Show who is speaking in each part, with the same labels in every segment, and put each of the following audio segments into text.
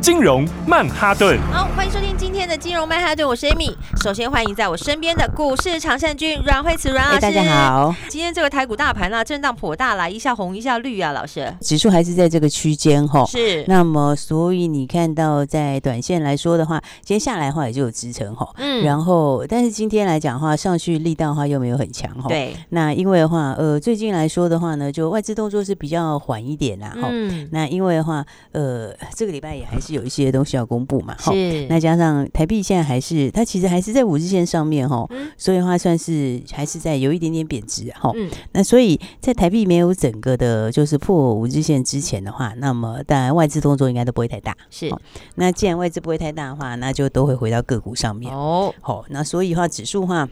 Speaker 1: 金融曼哈顿。
Speaker 2: 好，欢迎收听今天的金融曼哈顿，我是 Amy。首先欢迎在我身边的股市常胜军阮慧慈阮老
Speaker 3: 哎、
Speaker 2: 师、
Speaker 3: 大家。好，
Speaker 2: 今天这个台股大盘啊，震荡颇大啦，一下红一下绿啊，老师。
Speaker 3: 指数还是在这个区间哈。
Speaker 2: 是，
Speaker 3: 那么，所以你看到在短线来说的话，今天下来的话也就有支撑哈。
Speaker 2: 嗯
Speaker 3: 然后，但是今天来讲的话，上去力道的话又没有很强哈。。
Speaker 2: 对，
Speaker 3: 那因为的话，呃，最近来说的话呢，就外资动作是比较缓一点啦哈。
Speaker 2: 嗯，
Speaker 3: 那因为的话，呃，这个礼拜也还是有一些东西要公布嘛哈。
Speaker 2: 是，
Speaker 3: 那加上台币现在还是它其实还是在五日线上面哈，
Speaker 2: 嗯
Speaker 3: 所以的话算是还是在有一点点贬值啊哈。
Speaker 2: 嗯
Speaker 3: 那所以在台币没有整个的，就是破五日线之前的话，那么当然外资动作应该都不会太大。
Speaker 2: 是
Speaker 3: 好那既然外资不会太大的话，那就都会回到个股上面。
Speaker 2: 哦，
Speaker 3: 好、那所以的话指数的话。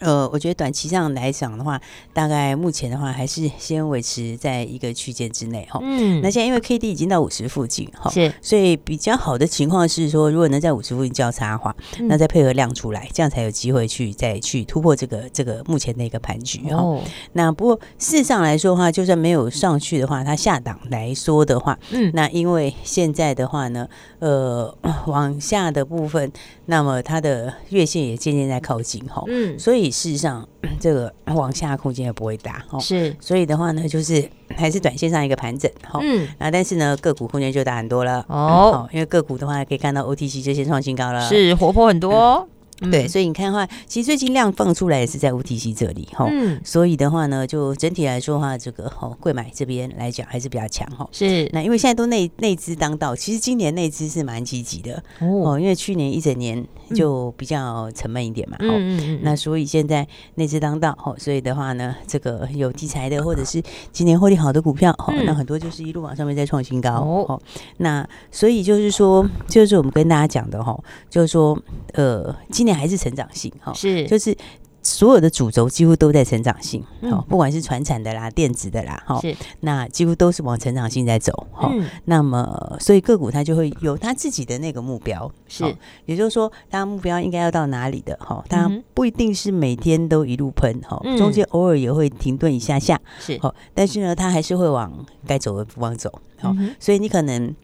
Speaker 3: 呃，我觉得短期上来讲的话，大概目前的话还是先维持在一个区间之内哈。
Speaker 2: 嗯
Speaker 3: 那现在因为 K D 已经到五十附近哈，
Speaker 2: 是
Speaker 3: 所以比较好的情况是说，如果能在五十附近交叉的话，
Speaker 2: 嗯
Speaker 3: 那再配合量出来，这样才有机会去再去突破这个这个目前的一个盘局哈。
Speaker 2: 哦，
Speaker 3: 那不过事实上来说的话，就算没有上去的话，它下档来说的话，
Speaker 2: 嗯，
Speaker 3: 那因为现在的话呢，呃， 往下的部分，那么它的月线也渐渐在靠近哈，
Speaker 2: 嗯，
Speaker 3: 所以事实上这个 往下空间也不会大哈。
Speaker 2: 是，
Speaker 3: 所以的话呢，就是还是短线上一个盘整哈。
Speaker 2: 嗯，
Speaker 3: 啊，但是呢，个股空间就大很多了
Speaker 2: 哦
Speaker 3: 好因为个股的话，可以看到 OTC 就先创新高了，，
Speaker 2: 是活泼很多哦，嗯
Speaker 3: 对，，所以你看的话，其实最近量放出来也是在 OTC 这里哈，
Speaker 2: 嗯，
Speaker 3: 所以的话呢，就整体来说的话，这个哈贵买这边来讲还是比较强哈。
Speaker 2: 是，
Speaker 3: 那因为现在都内内资当道，其实今年内资是蛮积极的
Speaker 2: 哦，
Speaker 3: 哦，因为去年一整年就比较沉闷一点嘛，
Speaker 2: 嗯
Speaker 3: 哦
Speaker 2: 嗯嗯，
Speaker 3: 那所以现在内资当道，吼，所以的话呢，这个有题材的或者是今年获利好的股票，吼，
Speaker 2: 嗯
Speaker 3: 那很多就是一路往上面在创新高，
Speaker 2: 哦
Speaker 3: 哦，那所以就是说，就是我们跟大家讲的，吼，就是说，呃，今年还是成长性，哈，
Speaker 2: 是，
Speaker 3: 就是。所有的主轴几乎都在成长性，
Speaker 2: 嗯
Speaker 3: 好、不管是传产的啦、电子的啦，哈，
Speaker 2: 是，
Speaker 3: 那几乎都是往成长性在走，哈、
Speaker 2: 嗯，
Speaker 3: 那么，所以个股它就会有它自己的那个目标，
Speaker 2: 是
Speaker 3: 哦也就是说，它目标应该要到哪里的哈，它
Speaker 2: 嗯哼
Speaker 3: 不一定是每天都一路喷哈，
Speaker 2: 嗯
Speaker 3: 中间偶尔也会停顿一下下，
Speaker 2: 是，
Speaker 3: 好，但是呢，它还是会往该走的地方走，好，
Speaker 2: 嗯哼
Speaker 3: 所以你可能。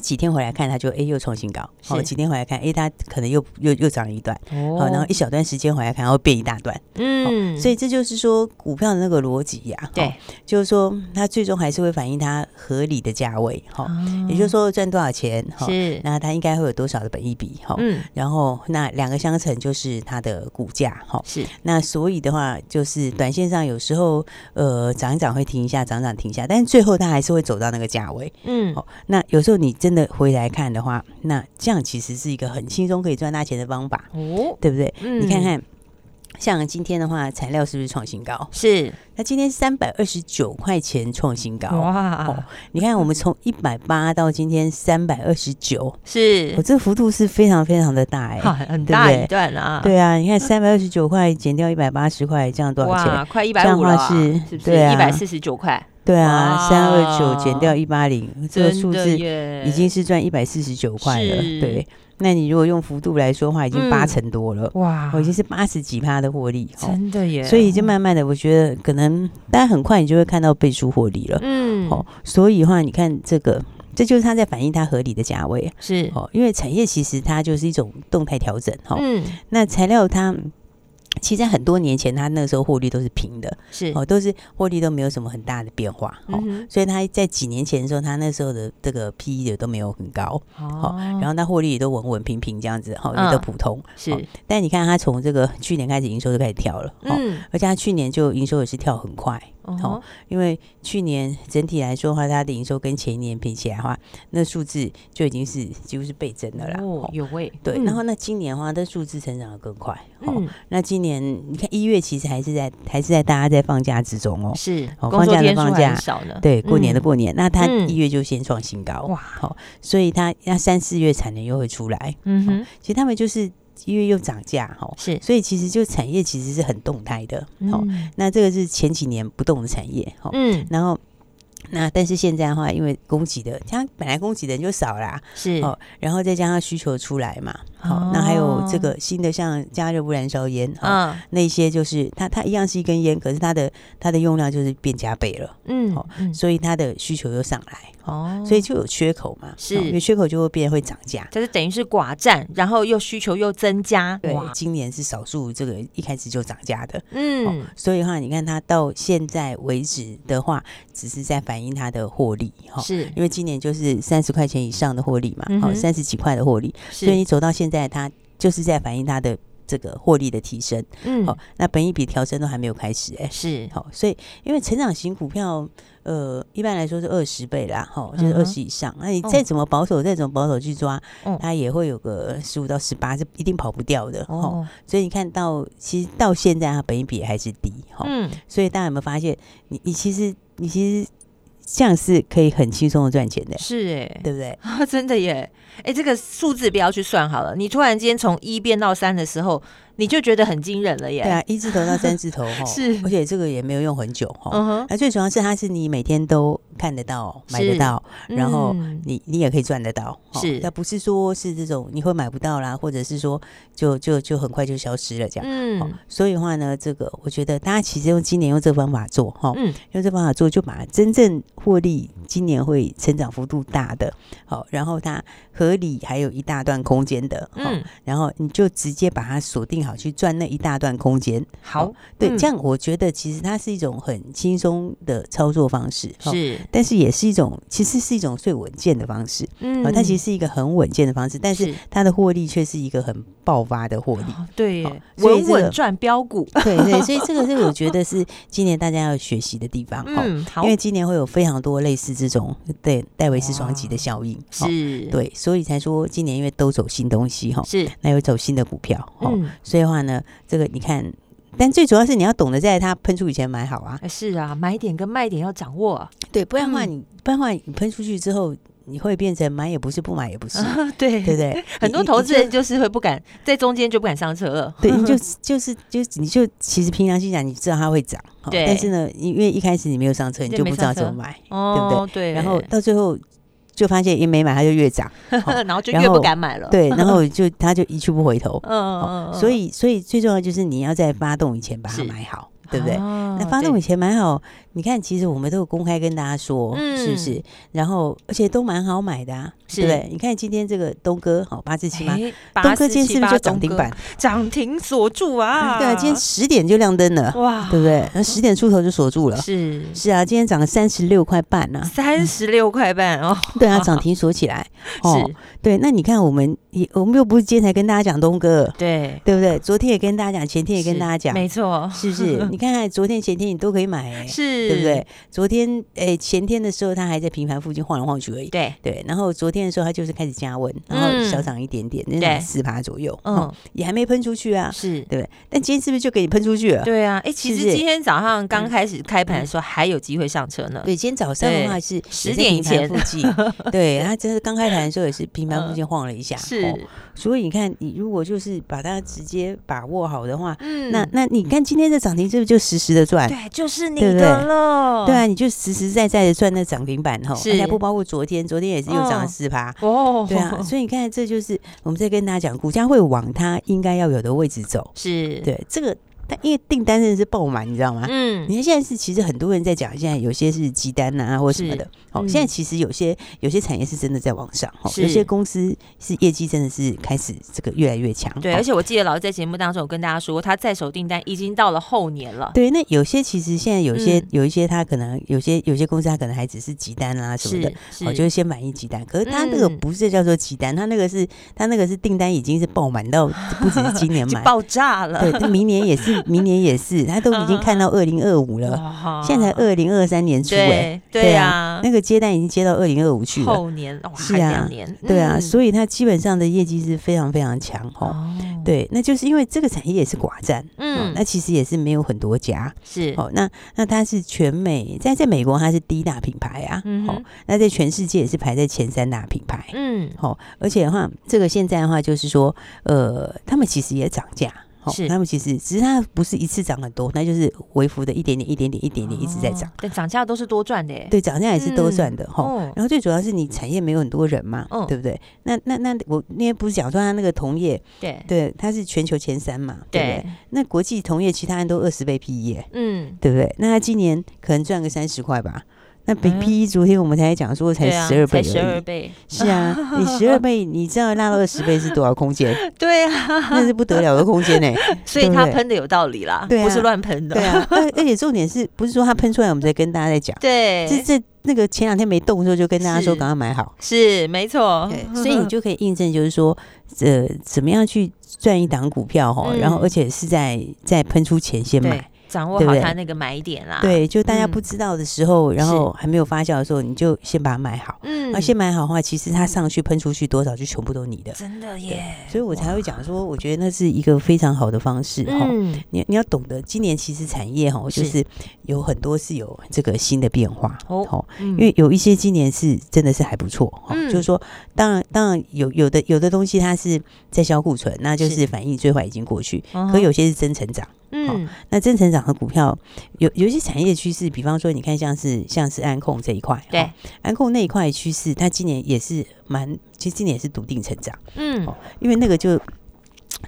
Speaker 3: 几天回来看，它就哎、诶又创新高，好，
Speaker 2: 是
Speaker 3: 几天回来看，哎、它可能又又又涨了一段，好、
Speaker 2: 哦
Speaker 3: 然后一小段时间回来看，然后变一大段，
Speaker 2: 嗯，
Speaker 3: 所以这就是说股票的那个逻辑呀，
Speaker 2: 对
Speaker 3: 哦，就是说它最终还是会反映它合理的价位，哈、哦也就是说哦赚多少钱哈，
Speaker 2: 哦嗯是，
Speaker 3: 那它应该会有多少的本益比哈。
Speaker 2: 嗯，
Speaker 3: 然后，那两个相乘就是它的股价哈。
Speaker 2: 是，
Speaker 3: 那哦所以的话，就是短线上有时候呃涨一涨会停一下，涨一涨停一下，但是最后它还是会走到那个价位。
Speaker 2: 嗯，
Speaker 3: 好，那有时候你真的回来看的话，那这样其实是一个很轻松可以赚大钱的方法，
Speaker 2: 哦，
Speaker 3: 对不对？
Speaker 2: 嗯
Speaker 3: 你看看，像今天的话，材料是不是创新高？
Speaker 2: 是
Speaker 3: 那今天三百二十九块钱创新高，
Speaker 2: 哇
Speaker 3: 哦，你看，我们从一百八到今天三百二十九，我
Speaker 2: 是
Speaker 3: 这幅度是非常非常的大哎、
Speaker 2: 好很
Speaker 3: 对
Speaker 2: 大
Speaker 3: 不对
Speaker 2: 一段啊，
Speaker 3: 对啊，你看三百二十九块减掉一百八十块，这样多少钱？
Speaker 2: 哇，快一
Speaker 3: 这
Speaker 2: 百
Speaker 3: 样
Speaker 2: 五
Speaker 3: 的
Speaker 2: 了
Speaker 3: 话
Speaker 2: 啊，
Speaker 3: 是
Speaker 2: 是不是
Speaker 3: 对啊
Speaker 2: 一百四十九块？
Speaker 3: 对啊，三二九
Speaker 2: 哇
Speaker 3: 减掉一八零，这个
Speaker 2: 真
Speaker 3: 数
Speaker 2: 的
Speaker 3: 字
Speaker 2: 耶，
Speaker 3: 已经是赚一百四十九块了。
Speaker 2: 是
Speaker 3: 对，那你如果用幅度来说的话，已经
Speaker 2: 嗯
Speaker 3: 八成多了，哦
Speaker 2: 哇
Speaker 3: 我已经是八十几趴的获利哦。
Speaker 2: 真的耶，
Speaker 3: 所以已经慢慢的，我觉得可能大家很快你就会看到倍数获利了。
Speaker 2: 嗯，
Speaker 3: 哦，所以的话，你看这个，这就是它在反映它合理的价位。
Speaker 2: 是
Speaker 3: 哦，因为产业其实它就是一种动态调整哈、哦
Speaker 2: 嗯
Speaker 3: 那材料它其实在很多年前，它那个时候获利都是平的
Speaker 2: 是
Speaker 3: 哦，都是获利都没有什么很大的变化哦。
Speaker 2: 嗯哼
Speaker 3: 所以它在几年前的时候，它那时候的这个 P E 也都没有很高，
Speaker 2: 好
Speaker 3: 哦然后它获利也都稳稳平平这样子，哈、哦，
Speaker 2: 嗯
Speaker 3: 也都普通。
Speaker 2: 是
Speaker 3: 哦但你看它从这个去年开始营收就开始跳了，哦，
Speaker 2: 嗯
Speaker 3: 而且它去年就营收也是跳很快，
Speaker 2: 哦
Speaker 3: 因为去年整体来说的话，它的营收跟前一年比起来的话，那数字就已经是几乎是倍增的啦。
Speaker 2: 哦
Speaker 3: 哦
Speaker 2: 有味
Speaker 3: 对，
Speaker 2: 嗯
Speaker 3: 然后那今年的话，这数字成长的更快。哦，
Speaker 2: 嗯
Speaker 3: 那今年你看一月其实还是在还是在大家在放假之中哦。
Speaker 2: 是
Speaker 3: 哦
Speaker 2: 工
Speaker 3: 放
Speaker 2: 作
Speaker 3: 假的
Speaker 2: 天数还
Speaker 3: 放
Speaker 2: 很
Speaker 3: 假
Speaker 2: 少呢，
Speaker 3: 对，过年的哦
Speaker 2: 嗯
Speaker 3: 过年，那它
Speaker 2: 嗯
Speaker 3: 一月就先创新高，
Speaker 2: 哇
Speaker 3: 好、所以它那三四月产能又会出来。
Speaker 2: 嗯哼
Speaker 3: 其实他们就是因为又涨价哈，
Speaker 2: 是
Speaker 3: 所以其实就产业其实是很动态的。好、
Speaker 2: 嗯
Speaker 3: 那这个是前几年不动的产业哈，
Speaker 2: 嗯
Speaker 3: 然后。那但是现在的话，因为供给的，它本来供给的人就少啦，
Speaker 2: 是
Speaker 3: 哦然后再加上需求出来嘛，好、
Speaker 2: 哦
Speaker 3: 那还有这个新的像加热不燃烧烟啊，
Speaker 2: 嗯
Speaker 3: 那些就是它它一样是一根烟，可是它的它的用量就是变加倍了，
Speaker 2: 嗯
Speaker 3: 哦
Speaker 2: 嗯
Speaker 3: 所以它的需求又上来，
Speaker 2: 哦
Speaker 3: 所以就有缺口嘛，
Speaker 2: 是
Speaker 3: 哦因为缺口就会变会涨价。
Speaker 2: 这是等于是寡占，然后又需求又增加，
Speaker 3: 对
Speaker 2: 哇，
Speaker 3: 今年是少数这个一开始就涨价的，
Speaker 2: 嗯
Speaker 3: 哦，所以的话，你看它到现在为止的话，只是在反映它的获利哈。
Speaker 2: 是
Speaker 3: 因为今年就是三十块钱以上的获利嘛，
Speaker 2: 嗯
Speaker 3: 好
Speaker 2: 哼
Speaker 3: 三十几块的获利，所以
Speaker 2: 是，
Speaker 3: 你走到现在，它就是在反映它的这个获利的提升。
Speaker 2: 嗯
Speaker 3: 好、那本益比调升都还没有开始哎、
Speaker 2: 是
Speaker 3: 好，所以因为成长型股票，呃，一般来说是二十倍啦，哈，就是
Speaker 2: 嗯哼
Speaker 3: 二十以上。那你再
Speaker 2: 哦
Speaker 3: 怎么保守，再怎么保守去抓，
Speaker 2: 嗯
Speaker 3: 它也会有个十五到十八，是一定跑不掉的。哦，，所以你看到，其实到现在它本益比还是低，哈、
Speaker 2: 嗯
Speaker 3: 所以大家有没有发现，你你其实你其实这样是可以很轻松的赚钱的，
Speaker 2: 是哎。
Speaker 3: 对不对？
Speaker 2: 啊， 真的耶！哎，这个数字不要去算好了。你突然间从一变到三的时候，你就觉得很惊人了耶。
Speaker 3: 对啊，一字头到 三字头，哈，
Speaker 2: 是
Speaker 3: 而且这个也没有用很久，哈、
Speaker 2: 嗯哼，
Speaker 3: 那最主要是它是你每天都看得到、买
Speaker 2: 是
Speaker 3: 得到，然后
Speaker 2: 嗯
Speaker 3: 你你也可以赚得到，哦
Speaker 2: 是
Speaker 3: 那不是说是这种你会买不到啦，或者是说就就就很快就消失了这样。哦
Speaker 2: 嗯，
Speaker 3: 所以的话呢，这个我觉得大家其实用今年用这方法做哈，哦
Speaker 2: 嗯
Speaker 3: 用这方法做就把真正获利今年会成长幅度大的，好、然后它合理还有一大段空间的，哦
Speaker 2: 嗯，
Speaker 3: 然后你就直接把它锁定好去赚那一大段空间，
Speaker 2: 好
Speaker 3: 哦，对，
Speaker 2: 嗯
Speaker 3: 这样我觉得其实它是一种很轻松的操作方式，哦
Speaker 2: 是，
Speaker 3: 但是也是一种，其实是一种最稳健的方式。
Speaker 2: 嗯
Speaker 3: 哦，它其
Speaker 2: 实
Speaker 3: 实是一个很稳健的方式，但是它的获利却是一个很爆发的获利。
Speaker 2: 哦对
Speaker 3: 好
Speaker 2: 耶，
Speaker 3: 所以
Speaker 2: 稳
Speaker 3: 这
Speaker 2: 稳
Speaker 3: 个
Speaker 2: 赚标股。
Speaker 3: 对对，所以这个是我觉得是今年大家要学习的地方。哦，
Speaker 2: 嗯，好
Speaker 3: 因，为今年会有非常多类似这种对戴维斯双击的效应。哦，
Speaker 2: 是，，
Speaker 3: 对，所以才说今年因为都走新东西哈，哦
Speaker 2: 是，
Speaker 3: 那又走新的股票哈，哦
Speaker 2: 嗯，
Speaker 3: 所以的话呢，这个你看。但最主要是你要懂得在它喷出以前买好啊，
Speaker 2: 哎是啊，买点跟卖点要掌握啊。
Speaker 3: 对，不然的话
Speaker 2: 嗯
Speaker 3: 你，不然的话你喷出去之后，你会变成买也不是，不买也 不是，
Speaker 2: 啊对
Speaker 3: 对不对？
Speaker 2: 很
Speaker 3: 你
Speaker 2: 多
Speaker 3: 你
Speaker 2: 投
Speaker 3: 你
Speaker 2: 资
Speaker 3: 就
Speaker 2: 人就是会不敢在中间就不敢上车了。
Speaker 3: 对，你就就是就你就其实凭良心讲，你知道它会涨，哈
Speaker 2: 对
Speaker 3: 但是呢，因为一开始你没有上车，你
Speaker 2: 对
Speaker 3: 就
Speaker 2: 没
Speaker 3: 不知
Speaker 2: 上
Speaker 3: 道怎么
Speaker 2: 车
Speaker 3: 买，
Speaker 2: 哦，对
Speaker 3: 然 后到最后就发现也哎没买，它就越涨，好
Speaker 2: 然后就
Speaker 3: 哦然
Speaker 2: 越不
Speaker 3: 后
Speaker 2: 敢买了。，
Speaker 3: 对，然后就它就一去不回头，
Speaker 2: 嗯
Speaker 3: 好
Speaker 2: 嗯，
Speaker 3: 所以所以最重要就是你要在发动以前把它
Speaker 2: 是哦
Speaker 3: 买好，对不对？
Speaker 2: 那
Speaker 3: 那发动以前买好，你看，其实我们都有公开跟大家说，是不
Speaker 2: 嗯
Speaker 3: 是？然后而且都蛮好买的啊，对不
Speaker 2: 是
Speaker 3: 对？你看今天这个东哥，好八四七吗？
Speaker 2: 八
Speaker 3: 东
Speaker 2: 四
Speaker 3: 哥今天
Speaker 2: 七
Speaker 3: 是不
Speaker 2: 八
Speaker 3: 是就涨停板？？
Speaker 2: 涨停锁住啊！
Speaker 3: 对啊，今天十点就亮灯了，
Speaker 2: 哇，
Speaker 3: 对不对？那十点出头就锁住了。
Speaker 2: 哦是
Speaker 3: 是啊，今天涨了三十六块半 啊，
Speaker 2: 三十六块半哦，
Speaker 3: 对啊，涨停锁起来。哦
Speaker 2: 是，
Speaker 3: 对，那你看我们也，我们又不是今天才跟大家讲东哥，
Speaker 2: 对，
Speaker 3: 对不对？昨天也跟大家讲，前天也跟
Speaker 2: 是
Speaker 3: 大家讲，
Speaker 2: 没错，
Speaker 3: 是不是？你看看昨天、前天你都可 以买、欸，
Speaker 2: 是，
Speaker 3: 对不对？？昨天诶、前天的时候它还在平盘附近晃来晃去而已。
Speaker 2: 对，
Speaker 3: 对，然后昨天的时候它就是开始加温，然后小涨一点点，那
Speaker 2: 嗯对
Speaker 3: 涨四趴左右，嗯
Speaker 2: 嗯，，
Speaker 3: 也还没喷出去啊，
Speaker 2: 是。
Speaker 3: 对不对？但今天是不是就给你喷出去了？
Speaker 2: 对啊，哎，其
Speaker 3: 是
Speaker 2: 实
Speaker 3: 不是嗯
Speaker 2: 今天早上刚开始开盘的时候还有机会上车呢。
Speaker 3: 对，今天早上的
Speaker 2: 对
Speaker 3: 话是
Speaker 2: 10
Speaker 3: 也在
Speaker 2: 点以前嗯
Speaker 3: 平盘附 近，对，它真的刚开盘的时候也是平盘附近晃了一下，哦
Speaker 2: 是，
Speaker 3: 所以你看，你如果就是把它直接把握好的话，
Speaker 2: 嗯
Speaker 3: 那那你看今天的涨停是不是就实时的赚？
Speaker 2: 对，就是你
Speaker 3: 对不
Speaker 2: 的
Speaker 3: 对
Speaker 2: 了。
Speaker 3: 对啊，你就实实在在的赚那涨停板吼，
Speaker 2: 是
Speaker 3: 而且还不包括昨天，昨天也是又涨了
Speaker 2: 嗯
Speaker 3: 四趴。
Speaker 2: 哦，
Speaker 3: 对啊，所以你看，这就是我们在跟大家讲，股价会往它应该要有的位置走。
Speaker 2: 是，，
Speaker 3: 对，这个但因为订单真的是爆满，你知道吗？
Speaker 2: 嗯，
Speaker 3: 你看现在是，其实很多人在讲，现在有些是鸡单啊或什么的。哦，
Speaker 2: 嗯
Speaker 3: 现在其实有些有些产业是真的在往上，哦，
Speaker 2: 是
Speaker 3: 有些公司是业绩真的是开始这个越来越强。
Speaker 2: 对，
Speaker 3: 哦
Speaker 2: 而且我记得老师在节目当中有跟大家说，他在手订单已经到了后年了。
Speaker 3: 对，那有些其实现在有些、
Speaker 2: 嗯
Speaker 3: 有一些它可能有些有些公司它可能还只是集单啊什么的
Speaker 2: 是。是，
Speaker 3: 哦，就是先满意集单，可是它那个
Speaker 2: 嗯
Speaker 3: 不是叫做集单，它那个是它那个是订单已经是爆满到不只是今年
Speaker 2: 就
Speaker 3: 满，
Speaker 2: 爆炸了。
Speaker 3: 对，它明年也是明年也是，他都 已
Speaker 2: 嗯
Speaker 3: 经看到二零二五了，
Speaker 2: 哇
Speaker 3: 现在才二零二三年初哎、
Speaker 2: 对对啊，
Speaker 3: 那个接单已经接到二零二五去了，
Speaker 2: 后年哇，
Speaker 3: 是
Speaker 2: 还
Speaker 3: 啊
Speaker 2: 两年，
Speaker 3: 对啊，
Speaker 2: 嗯
Speaker 3: 所以它基本上的业绩是非常非常强哦。
Speaker 2: 哦，
Speaker 3: 对，那就是因为这个产业也是寡占，嗯，
Speaker 2: 嗯，
Speaker 3: 那其实也是没有很多家
Speaker 2: 是，
Speaker 3: 哦。那那它是全美在在美国它是第一大品牌啊，
Speaker 2: 嗯
Speaker 3: 哦
Speaker 2: 哼，
Speaker 3: 那在全世界也是排在前三大品牌。
Speaker 2: 嗯，
Speaker 3: 好、而且的话，这个现在的话就是说，呃，他们其实也涨价，好、
Speaker 2: 是
Speaker 3: 他们其实只是它不是一次涨很多，那就是微幅的一点点、一点点、一点点一直在涨
Speaker 2: 哦，，但涨价都是多赚的耶，
Speaker 3: 对，涨价也是都算的哈、吼
Speaker 2: 哦，
Speaker 3: 然后最主要是你产业没有很多人嘛，
Speaker 2: 嗯
Speaker 3: 对不对？那那那我那天不是讲说它那个同业，
Speaker 2: 对
Speaker 3: 对，它是全球前三嘛，对不对？
Speaker 2: 对，
Speaker 3: 那国际同业其他人都二十倍 PE，耶
Speaker 2: 嗯，
Speaker 3: 对不对？那它今年可能赚个三十块吧。那比
Speaker 2: 嗯
Speaker 3: PE 昨天我们才讲说才
Speaker 2: 对啊
Speaker 3: 十二倍而
Speaker 2: 才
Speaker 3: 已，
Speaker 2: 十二倍，
Speaker 3: 是啊，你十二倍，你知道拉到二十倍是多少空间？
Speaker 2: 对啊，
Speaker 3: 那是不得了的空间呢、
Speaker 2: 所以
Speaker 3: 对不
Speaker 2: 他
Speaker 3: 对
Speaker 2: 喷的有道理啦，
Speaker 3: 对啊
Speaker 2: 不是乱喷的，
Speaker 3: 对啊，而而且重点是不是说它喷出来，我们再跟大家再讲？
Speaker 2: 对，
Speaker 3: 这这那个前两天没动的时候，就跟大家说
Speaker 2: 是
Speaker 3: 赶快买好。
Speaker 2: 是没错，
Speaker 3: 对，所以你就可以印证，就是说，呃，怎么样去赚一档股票哈、
Speaker 2: 嗯
Speaker 3: 然后而且是在在喷出前先
Speaker 2: 对
Speaker 3: 买。
Speaker 2: 掌握
Speaker 3: 对不
Speaker 2: 好
Speaker 3: 对
Speaker 2: 他那个买点啦，，
Speaker 3: 对，就大家
Speaker 2: 嗯
Speaker 3: 不知道的时候，然
Speaker 2: 是
Speaker 3: 后还没有发酵的时候，你就先把它买好。
Speaker 2: 嗯
Speaker 3: 而，先买好的话，其实它上去喷出去多少，就全部都你的。
Speaker 2: 真的耶，
Speaker 3: 所以我才会讲说，我觉得那是一个非常好的方式哈。
Speaker 2: 嗯，
Speaker 3: 你你要懂得，今年其实产业哈，就是是有很多是有这个新的变化
Speaker 2: 哦
Speaker 3: 哦，
Speaker 2: 因
Speaker 3: 因为有一些今年是真的是还不错哈，
Speaker 2: 嗯
Speaker 3: 就是说，当然当然有有的有的东西它是在销库存，那就是
Speaker 2: 是哦
Speaker 3: 反映最坏已经过去，可
Speaker 2: 可，
Speaker 3: 有些是真成长。
Speaker 2: 嗯，
Speaker 3: 那真成长的股票有有一些产业趋势，比方说你看像是像是安控这一块，
Speaker 2: 对
Speaker 3: 哦，安控那一块趋势，它今年也是蛮，其实今年也是笃定成长。
Speaker 2: 嗯，
Speaker 3: 因为那个就。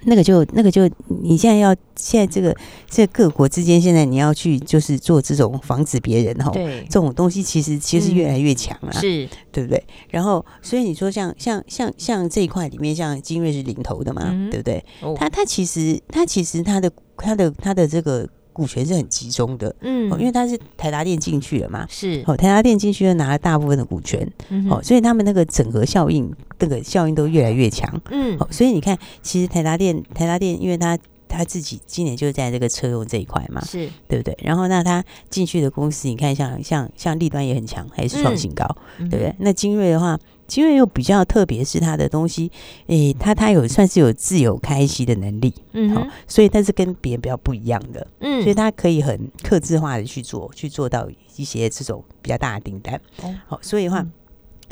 Speaker 3: 那个就那个就，你现在要现在这个这各国之间，现在你要去就是做这种防止别人哈，
Speaker 2: 对
Speaker 3: 哦这，种东西其实其实
Speaker 2: 嗯
Speaker 3: 越来越强啊，
Speaker 2: 是，
Speaker 3: 对不对？然后所以你说像像像像这一块里面，像精锐是领头的嘛，
Speaker 2: 嗯
Speaker 3: 对不对？
Speaker 2: 哦
Speaker 3: 它它其实它其实它的它的它的这个股权是很集中的，
Speaker 2: 嗯
Speaker 3: 哦，因为它是台达电进去了嘛，
Speaker 2: 是，
Speaker 3: 哦，台达电进去就拿了大部分的股权，
Speaker 2: 嗯哼
Speaker 3: 哦，所以他们那个整合效应，那个效应都越来越强。
Speaker 2: 嗯
Speaker 3: 哦，所以你看，其实台达电，台达电，因为它它自己今年就是在这个车用这一块嘛，
Speaker 2: 是，
Speaker 3: 对不对？然后那它进去的公司，你看像像像立端也很强，还是创
Speaker 2: 嗯
Speaker 3: 新高，
Speaker 2: 对
Speaker 3: 对不对？？那精锐的话，精锐又比较特别，是它的东西，诶，它它有算是有自有开息的能力，
Speaker 2: 嗯
Speaker 3: 好
Speaker 2: 哼
Speaker 3: 所以它是跟别人比较不一样的，
Speaker 2: 嗯，
Speaker 3: 哦所以它可以很克制化的去做，去做到一些这种比较大的订单。
Speaker 2: 哦
Speaker 3: 好、所以的话。
Speaker 2: 嗯嗯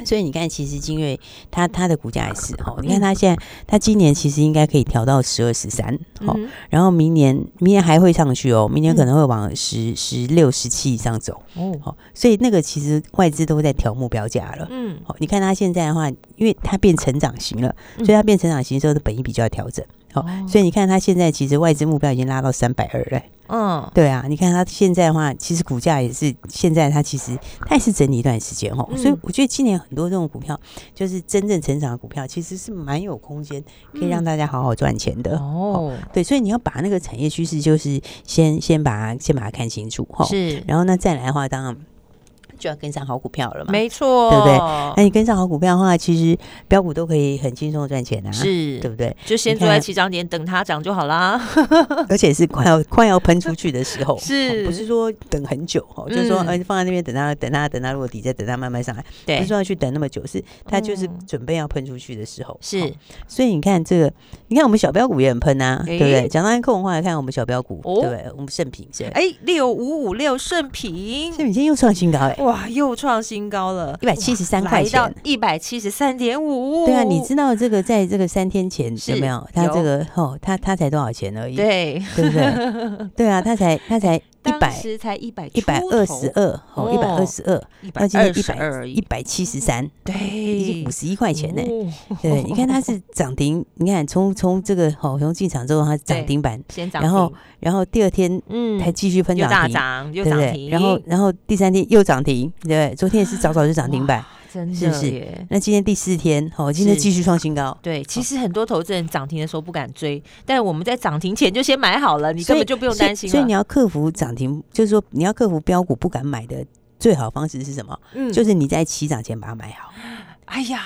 Speaker 3: 所以你看，其实精锐它它的股价也是哦，你看它现在它今年其实应该可以调到十二十三
Speaker 2: 嗯
Speaker 3: 哦，
Speaker 2: 哼
Speaker 3: 然后明年明年还会上去哦，明年
Speaker 2: 嗯
Speaker 3: 可能会往十十六十七以上走
Speaker 2: 哦，
Speaker 3: 哦，所以那个其实外资都在调目标价了。
Speaker 2: 嗯，
Speaker 3: 哦，你看它现在的话，因为它变成长型了，
Speaker 2: 嗯哦
Speaker 3: 所以它变成长型之后的本益比就要调整。好所以你看它现在其实外资目标已经拉到三百二了。
Speaker 2: 嗯，
Speaker 3: 对啊，你看它现在的话，其实股价也是现在它其实它也是整理一段时间哦，
Speaker 2: 嗯
Speaker 3: 所以我觉得今年很多这种股票，就是真正成长的股票，其实是蛮有空间可
Speaker 2: 嗯
Speaker 3: 以让大家好好赚钱的。
Speaker 2: 哦，
Speaker 3: 对，所以你要把那个产业趋势，就是先先把它先把它看清楚哈，
Speaker 2: 是，
Speaker 3: 然后那再来的话，当然就要跟上好股票了嘛。
Speaker 2: 没错，
Speaker 3: 对不哎对
Speaker 2: 哦
Speaker 3: 那你跟上好股票的话，其实标股都可以很轻松的赚钱啊，
Speaker 2: 是
Speaker 3: 对不对？
Speaker 2: 就先
Speaker 3: 你
Speaker 2: 坐在
Speaker 3: 看
Speaker 2: 起涨点等它涨就好啦。
Speaker 3: 而且是快要快要喷出去的时候，
Speaker 2: 是
Speaker 3: 哦不是说等很久哦？就是说，
Speaker 2: 嗯
Speaker 3: 呃，放在那边等它等它等它落底，再等它慢慢上来，不
Speaker 2: 对
Speaker 3: 是，说要去等那么久，是它就是
Speaker 2: 嗯
Speaker 3: 准备要喷出去的时候。哦
Speaker 2: 是，
Speaker 3: 所以你看这个，你看我们小标股也很喷啊，
Speaker 2: 诶
Speaker 3: 对不对？讲到安控的话，来看我们小标股，
Speaker 2: 哦
Speaker 3: 对不对？我们盛品是，哎，
Speaker 2: 哎，六五五六盛平
Speaker 3: 盛，品今天又创新高哎，
Speaker 2: 哇，又创新高了，
Speaker 3: 173块钱
Speaker 2: 来到一百七十三点五。
Speaker 3: 对啊，你知道这个在这个三天前
Speaker 2: 是
Speaker 3: 有没有？它
Speaker 2: 有
Speaker 3: 这个哦，它它才多少钱而已，
Speaker 2: 对，
Speaker 3: 对不对？ 对啊，它才它才一
Speaker 2: 哎当
Speaker 3: 百
Speaker 2: 时才一百
Speaker 3: 一百二十，二哦，一百二十二。
Speaker 2: 一百
Speaker 3: 那今
Speaker 2: 二
Speaker 3: 天一
Speaker 2: 十
Speaker 3: 百
Speaker 2: 二而
Speaker 3: 一
Speaker 2: 已，
Speaker 3: 百七十三，
Speaker 2: 对，
Speaker 3: 已经五十一块
Speaker 2: 块
Speaker 3: 钱呢、
Speaker 2: 哦
Speaker 3: 对，你看它是涨停，你看从从这个好从进场之后，它涨停板，
Speaker 2: 先涨停，
Speaker 3: 然后然后第二天
Speaker 2: 嗯
Speaker 3: 还继续喷
Speaker 2: 又大
Speaker 3: 涨停，
Speaker 2: 涨，又
Speaker 3: 对不
Speaker 2: 涨
Speaker 3: 对？
Speaker 2: 停，
Speaker 3: 然后然后第三天又涨停，对不对？昨天也是早早就涨停板，
Speaker 2: 真
Speaker 3: 是不
Speaker 2: 的
Speaker 3: 是
Speaker 2: 耶。
Speaker 3: 那今天第四天，好，今天
Speaker 2: 是
Speaker 3: 继续创新高。
Speaker 2: 对，其实很多投资人涨停的时候不敢追，但我们在涨停前就先买好了，你
Speaker 3: 所
Speaker 2: 根
Speaker 3: 以
Speaker 2: 本就不用担心了。
Speaker 3: 所以，所以你要克服涨停，就是说你要克服标股不敢买的最好方式是什么？
Speaker 2: 嗯
Speaker 3: 就是你在起涨前把它买好。
Speaker 2: 哎呀，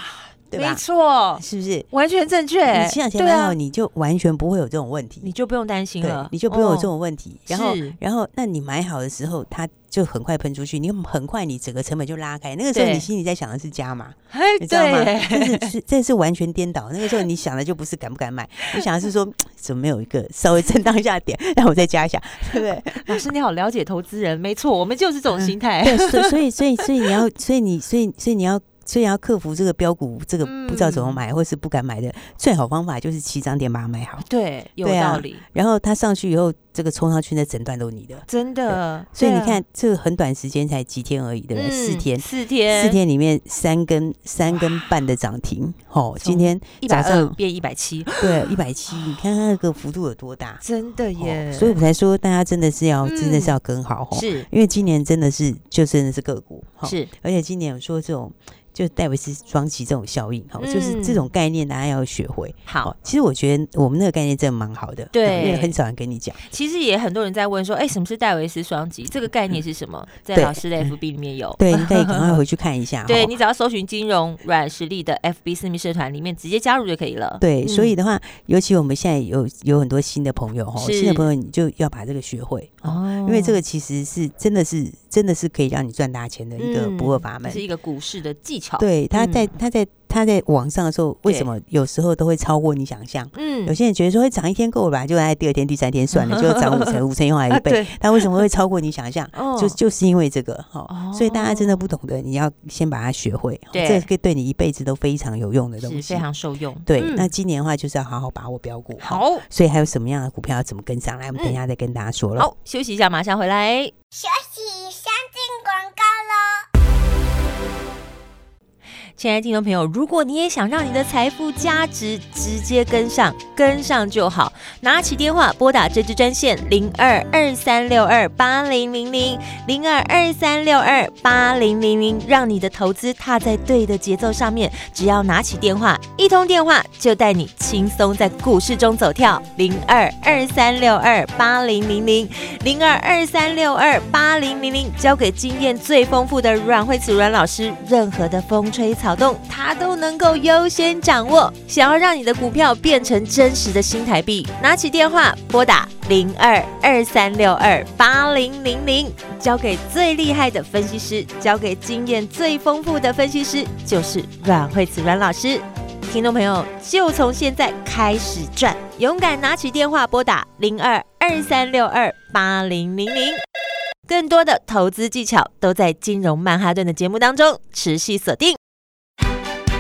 Speaker 3: 对
Speaker 2: 没
Speaker 3: 吧？
Speaker 2: 错，
Speaker 3: 是不是？
Speaker 2: 完全正确。
Speaker 3: 你想想
Speaker 2: 对
Speaker 3: 然
Speaker 2: 啊
Speaker 3: 哦后，你就完全不会有这种问题
Speaker 2: 你，就不用担心
Speaker 3: 对
Speaker 2: 了，，
Speaker 3: 你就不会有
Speaker 2: 哦
Speaker 3: 这种问题。然后
Speaker 2: 是，
Speaker 3: 然后，那你买好的时候，它就很快喷出去，你很快你整个成本就拉开。那个时候
Speaker 2: 对
Speaker 3: 你心里在想的是加码，
Speaker 2: 哎，
Speaker 3: 你知道吗？
Speaker 2: 对 耶
Speaker 3: 这是是这是完全颠倒。那个时候你想的就不是敢不敢买，你想的是说怎么没有一个稍微震荡一下的点，让我再加一下，对不对？
Speaker 2: 老师，你好了解投资人，没错，我们就是这种心态。
Speaker 3: 对，哎所以所以所以所以你要，所以你所以所以你要。所以要克服这个标股，这个不知道怎么买，或是不敢买的最好方法就是起涨点把它买好，
Speaker 2: 对，有
Speaker 3: 对啊
Speaker 2: 道理，
Speaker 3: 然后它上去以后，这个冲上去那整段都你的。
Speaker 2: 真的。
Speaker 3: 所以
Speaker 2: 对
Speaker 3: 你
Speaker 2: 啊
Speaker 3: 看，，这个很短时间才几天而已，对不对？四
Speaker 2: 嗯
Speaker 3: 天，
Speaker 2: 四天，
Speaker 3: 四天里面三根三根半的涨停，哦，今天
Speaker 2: 一百
Speaker 3: 早
Speaker 2: 二
Speaker 3: 上哦
Speaker 2: 变一百七，
Speaker 3: 对一百七，你看它那个幅度有多大？
Speaker 2: 真的耶。嗯
Speaker 3: 哦，所以我才说大家真的是要、真的是要跟好哦，
Speaker 2: 是
Speaker 3: 因为今年真的是就真的是个股，哦，
Speaker 2: 是
Speaker 3: 而且今年我说这种就戴维斯双击这种效应，哈、哦，就是
Speaker 2: 嗯
Speaker 3: 这种概念大家要学会。
Speaker 2: 好，，
Speaker 3: 其实我觉得我们那个概念真的蛮好的，
Speaker 2: 对
Speaker 3: 因为很少人跟你讲。
Speaker 2: 其实也很多人在问说，哎，什么是戴维斯双击？这个概念是什么？在
Speaker 3: 对嗯
Speaker 2: 老师的 FB 里面有。
Speaker 3: 对，你可以 赶快回去看一下。
Speaker 2: 对
Speaker 3: 哦
Speaker 2: 你只要搜寻金融软实力的 FB 私密社团里面直接加入就可以了。
Speaker 3: 对，所
Speaker 2: 嗯
Speaker 3: 以的话，尤其我们现在有有很多新的朋友哈，
Speaker 2: 是
Speaker 3: 新的朋友你就要把这个学会哦，
Speaker 2: 哦，
Speaker 3: 因为这个其实是真的是真的是可以让你赚大钱的一个
Speaker 2: 嗯
Speaker 3: 不二法门。
Speaker 2: 这是一个股市的技巧。，
Speaker 3: 对，他在他在他在网上的时候，为
Speaker 2: 对
Speaker 3: 什么有时候都会超过你想象？
Speaker 2: 嗯
Speaker 3: 有，些人觉得说会涨一天够了吧，就在第二天、第三天算了，就涨五 成，五成用来
Speaker 2: 啊
Speaker 3: 一倍
Speaker 2: 对。
Speaker 3: 他为什么会超过你想象？
Speaker 2: 哦
Speaker 3: 就就是因为这个哈，
Speaker 2: 哦
Speaker 3: 哦所以大家真的不懂的，你要先把它学会，哦
Speaker 2: 对
Speaker 3: 这个对你一辈子都非常有用的东
Speaker 2: 是
Speaker 3: 西
Speaker 2: 非。常受用。
Speaker 3: 对，
Speaker 2: 嗯
Speaker 3: 那今年的话就是要好好把握标股。哦，
Speaker 2: 好嗯
Speaker 3: 所以还有什么样的股票要怎么跟上来？我们等一下再跟大家说了。
Speaker 2: 好休息一下，马上回来。
Speaker 4: 一起相信广告喽。
Speaker 2: 亲爱的听众朋友，如果你也想让你的财富价值直接跟上，跟上就好，拿起电话拨打这支专线零二二三六二八零零零零二二三六二八零零零，让你的投资踏在对的节奏上面。只要拿起电话，一通电话就带你轻松在股市中走跳。零二二三六二八零零零零二二三六二八零零零，交给经验最丰富的阮慧慈阮老师，任何的风吹草动，他都能够优先掌握。想要让你的股票变成真实的新台币，拿起电话拨打零二二三六二八零零零，交给最厉害的分析师，交给经验最丰富的分析师，就是阮慧慈阮老师。听众朋友，就从现在开始赚，勇敢拿起电话拨打零二二三六二八零零零。更多的投资技巧都在《金融曼哈顿》的节目当中持续锁定。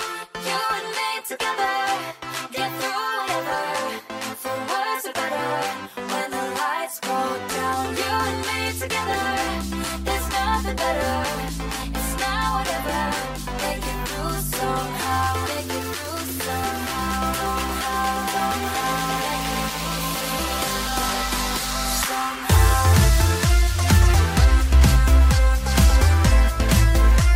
Speaker 4: You and me together, get through whatever. The words are better when the lights go down. You and me together, there's nothing better. It's now or never. Make it through somehow. Make it through somehow. Somehow, somehow. Make it through somehow. Somehow.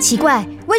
Speaker 5: 奇怪，为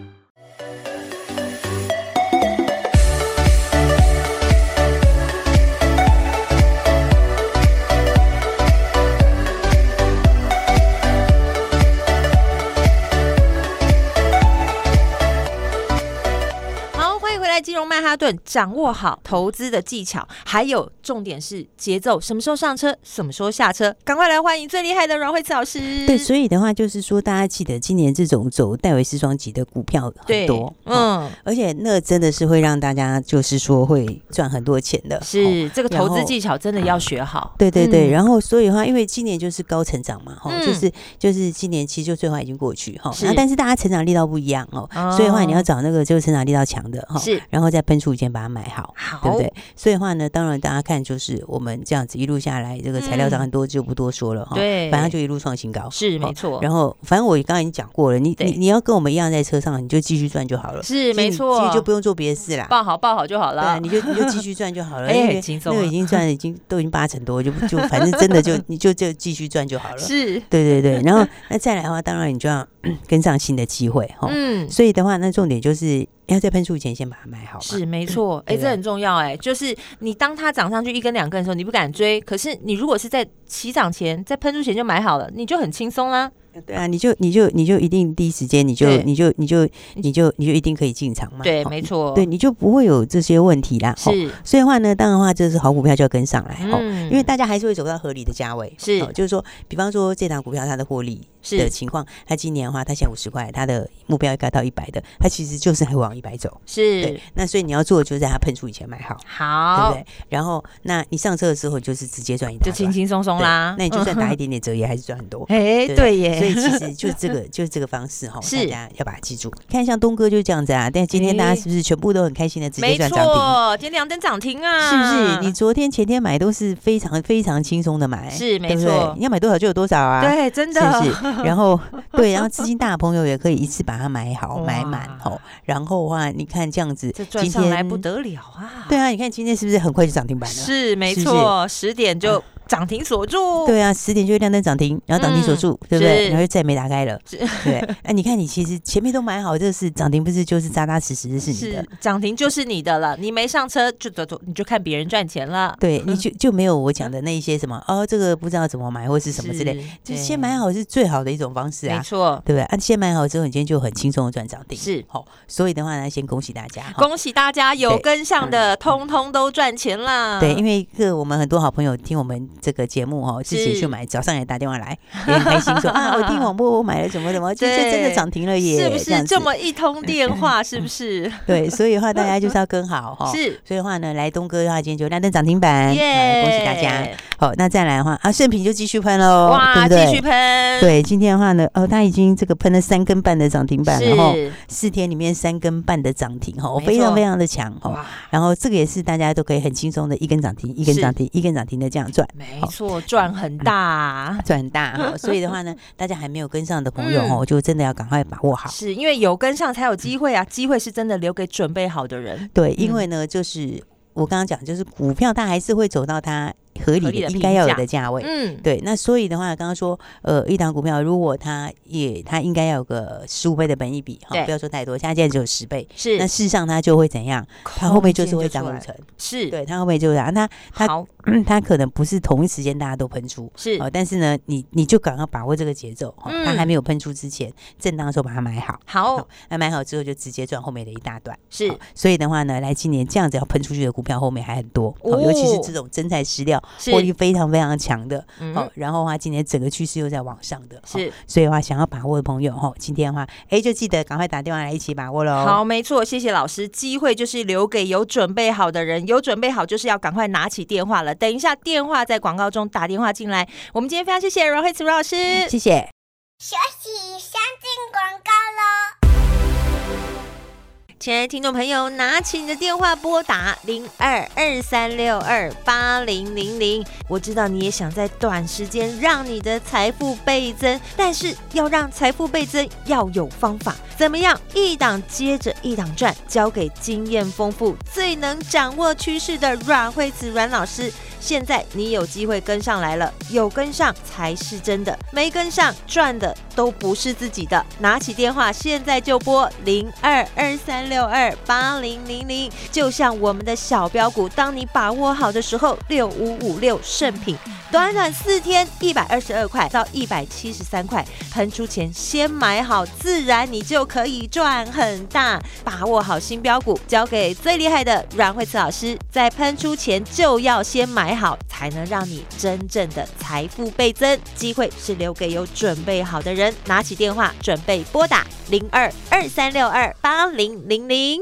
Speaker 2: 好，欢迎回来，金融曼哈顿，掌握好投资的技巧，还有重点是节奏，什么时候上车，什么时候下车，赶快来欢迎最厉害的阮慧慈老师。
Speaker 3: 对，所以的话就是说，大家记得今年这种走戴维斯双级的股票很
Speaker 2: 对
Speaker 3: 多，嗯，
Speaker 2: 嗯，
Speaker 3: 而且那真的是会让大家就是说会赚很多钱的，哦
Speaker 2: 是这个投
Speaker 3: 然
Speaker 2: 资
Speaker 3: 后
Speaker 2: 技巧真的要学好。
Speaker 3: 对对对，
Speaker 5: 嗯
Speaker 3: 然后所以的话，因为今年就是高成长嘛，哈、就
Speaker 2: 嗯
Speaker 3: 是就是今年其实就最坏已经过去哈，
Speaker 2: 是
Speaker 3: 那但是大家成长力道不一样哦，所以的话你要找那个就是成长力道强的哈，
Speaker 2: 是
Speaker 3: 然后在喷出以前把它买好，
Speaker 2: 好，
Speaker 3: 对不对？所以的话呢，当然大家看就是我们这样子一路下来，这个材料
Speaker 2: 嗯
Speaker 3: 涨很多就不多说了哈，
Speaker 2: 对
Speaker 3: 反正就一路创新高，
Speaker 2: 是
Speaker 3: 哦
Speaker 2: 没错，
Speaker 3: 然后反正我刚才已经讲过了，你
Speaker 2: 对
Speaker 3: 你你要跟我们一样在车上，你就继续赚就好了，
Speaker 2: 是
Speaker 3: 其实
Speaker 2: 没
Speaker 3: 你其
Speaker 2: 错，
Speaker 3: 实就不用做别的事啦。
Speaker 2: 报好报好就好
Speaker 3: 对啊，
Speaker 2: 了。
Speaker 3: 你就你就继续赚就好了，
Speaker 2: 哎
Speaker 3: 因
Speaker 2: 很
Speaker 3: 为
Speaker 2: 轻松
Speaker 3: 那个
Speaker 2: 啊
Speaker 3: 已经赚已经都已经八成多，就就反正真 的就你就就继续赚就好了。
Speaker 2: 是，
Speaker 3: 对对对，然后那再来的话，当然你就要 跟上新的机会哈。
Speaker 2: 嗯，
Speaker 3: 所以的话，那重点就是要在喷出以前先把它买好嘛。
Speaker 2: 是没错，哎、
Speaker 3: 对不
Speaker 2: 这
Speaker 3: 嗯对
Speaker 2: 很重要哎、就是你当它涨上去一根两根的时候，你不敢追，可是你如果是在起涨前，在喷出前就买好了，你就很轻松啦。
Speaker 3: 对啊，你就你就你就一定第一时间你就
Speaker 2: 对
Speaker 3: 你就你就你就你就一定可以进场嘛。
Speaker 2: 对，
Speaker 3: 吼
Speaker 2: 没错，
Speaker 3: 嗯对，，你就不会有这些问题啦。吼
Speaker 2: 是，
Speaker 3: 所以的话呢，当然的话就是好股票就要跟上来哦。
Speaker 2: 嗯
Speaker 3: 因为大家还是会走到合理的价位，
Speaker 2: 是
Speaker 3: 就是说，比方说这档股票它的获利的
Speaker 2: 是
Speaker 3: 情况，它今年的话，它现在五十块，它的目标应该到一百的，它其实就是还往一百走。
Speaker 2: 是
Speaker 3: 对，，那所以你要做的就是在它喷出以前买好，对
Speaker 2: 好
Speaker 3: 不，对？然后，那你上车的时候就是直接赚一大
Speaker 2: 就
Speaker 3: 段，
Speaker 2: 轻轻松松
Speaker 3: 对
Speaker 2: 啦。
Speaker 3: 那你就
Speaker 2: 嗯
Speaker 3: 算打一点点折也还是赚很多。
Speaker 2: 哎、
Speaker 3: 不
Speaker 2: 对耶，
Speaker 3: 所以其实 就是这个，就是这个方式 哈，
Speaker 2: 是
Speaker 3: 大家要把它记住。看像东哥就是这样子啊，但今天大
Speaker 2: 哎
Speaker 3: 家是不是全部都很开心的直接
Speaker 2: 没
Speaker 3: 赚涨停？
Speaker 2: 错，今天两灯涨停啊，
Speaker 3: 是不是？你昨天前天买都是非常非常轻松的买，
Speaker 2: 是没
Speaker 3: 对不对
Speaker 2: 错
Speaker 3: 你要买多少就有多少啊，
Speaker 2: 对，真
Speaker 3: 是
Speaker 2: 的
Speaker 3: 不是？然后对，然后资金大的朋友也可以一次把它买好
Speaker 2: 哇
Speaker 3: 买满哦。然后的话，你看这样子，
Speaker 2: 这赚上来不得了啊！
Speaker 3: 对啊，你看今天是不是很快就涨停板了？
Speaker 2: 是没
Speaker 3: 是不嗯
Speaker 2: 错，十点就涨停锁住。
Speaker 3: 对啊，十点就会亮灯涨停，然后涨停锁住，对不
Speaker 2: 哦
Speaker 3: 对？
Speaker 2: 嗯是
Speaker 3: 然后就再也没打开了，
Speaker 2: 是
Speaker 3: 对不对。哎，你看你其实前面都买好，这是涨停，不是就是扎扎实实是你的
Speaker 2: 是。涨停就是你的了，你没上车就走走，你就看别人赚钱了。
Speaker 3: 对， 你就就没有我讲的那一些什么哦，这个不知道怎么买或是什么之类，
Speaker 2: 是对
Speaker 3: 就先买好是最好的一种方式啊。
Speaker 2: 没错，
Speaker 3: 对不对？啊，先买好之后，你今天就很轻松的赚涨停，
Speaker 2: 是
Speaker 3: 好、所以的话呢，先恭喜大家，哈
Speaker 2: 恭喜大家有
Speaker 3: 对嗯
Speaker 2: 跟上的，通通都赚钱啦。
Speaker 3: 对，因为个我们很多好朋友听我们这个节目哦，自己
Speaker 2: 是
Speaker 3: 去买，早上也打电话来，也很开心 说啊，我听广播我买了什么什么，这这真的
Speaker 2: 对
Speaker 3: 涨停了耶，
Speaker 2: 是不
Speaker 3: 样
Speaker 2: 是
Speaker 3: 子
Speaker 2: 这么一通电 话？是不是？
Speaker 3: 对？所以的话，大家就是要跟好哈。
Speaker 2: 是
Speaker 3: 所以的话呢，来东哥的话，今天就亮灯涨停板，
Speaker 2: 耶！
Speaker 3: 好恭喜大家！！好，那再来的话啊，盛平就继续喷喽，对
Speaker 2: 哇，
Speaker 3: 不
Speaker 2: 继
Speaker 3: 对？
Speaker 2: 续喷，
Speaker 3: 对，今天的话呢，哦，他已经这个喷了三根半的涨停板了哈。
Speaker 2: 是
Speaker 3: 四天里面三根半的涨停哈，
Speaker 2: 没错
Speaker 3: 非常非常的强哈。
Speaker 2: 哇，
Speaker 3: 然后这个也是大家都可以很轻松的一根涨停，一根
Speaker 2: 是
Speaker 3: 涨停，一根涨停的这样赚。
Speaker 2: 没错，赚很大。
Speaker 3: 赚很大哈，所以的话呢，大家还没有跟上的朋
Speaker 2: 嗯
Speaker 3: 友哦，就真的要赶快把握好。
Speaker 2: 是因为有跟上才有机会啊，机会是真的留给准备好的人。
Speaker 3: 对，因为呢，就是我刚刚讲，就是股票它还是会走到它
Speaker 2: 合
Speaker 3: 合理
Speaker 2: 理的
Speaker 3: 的应
Speaker 2: 评
Speaker 3: 该要有
Speaker 2: 价
Speaker 3: 的价位。
Speaker 2: 嗯，
Speaker 3: 对，那所以的话，刚刚说，呃，一档股票如果它也它应该要有个十五倍的本益比，
Speaker 2: 对
Speaker 3: 哈，不要说太多，它现在只有十倍，
Speaker 2: 是
Speaker 3: 那事实上它就会怎样？它后面就是会涨
Speaker 2: 空
Speaker 3: 五
Speaker 2: 间就出来
Speaker 3: 成
Speaker 2: 了，是，
Speaker 3: 对，它后面就是啊，那 它
Speaker 2: 好
Speaker 3: 它可能不是同一时间大家都喷出，
Speaker 2: 是
Speaker 3: 哦，但是呢，你你就赶快把握这个节奏，哦，它
Speaker 2: 嗯
Speaker 3: 还没有喷出之前，震荡的时候把它买好，
Speaker 2: 好
Speaker 3: 好那买好之后就直接赚后面的一大段。
Speaker 2: 是
Speaker 3: 好所以的话呢，来今年这样子要喷出去的股票后面还很多，
Speaker 2: 哦
Speaker 3: 哦、尤其是这种真材实料
Speaker 2: 是
Speaker 3: 获利非常非常强的，
Speaker 2: 嗯
Speaker 3: 哦，然后的话今年整个趋势又在往上的，哦
Speaker 2: 是。
Speaker 3: 所以的话想要把握的朋友哈、哦，今天的话，哎，就记得赶快打电话来一起把握喽。
Speaker 2: 好，，没错，谢谢老师。机会就是留给有准备好的人，有准备好就是要赶快拿起电话了。等一下电话在广告中打电话进来。我们今天非常谢谢阮慧慈阮老师，
Speaker 3: 谢谢。
Speaker 6: 学习相近广告喽。
Speaker 2: 亲爱的听众朋友，拿起你的电话拨打零二二三六二八零零零。我知道你也想在短时间让你的财富倍增，但是要让财富倍增要有方法。怎么样？一档接着一档赚，交给经验丰富、最能掌握趋势的阮慧慈阮老师。现在你有机会跟上来了，有跟上才是真的，没跟上赚的都不是自己的。拿起电话，现在就拨零二二三六二八零零零。就像我们的小标股，当你把握好的时候，六五五六盛品，短短四天一百二十二块到一百七十三块，喷出前先买好，自然你就可以赚很大。把握好新标股，交给最厉害的阮慧慈老师，在喷出前就要先买好，才能让你真正的财富倍增。机会是留给有准备好的人，拿起电话准备拨打零二二三六二八零零零。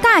Speaker 5: 大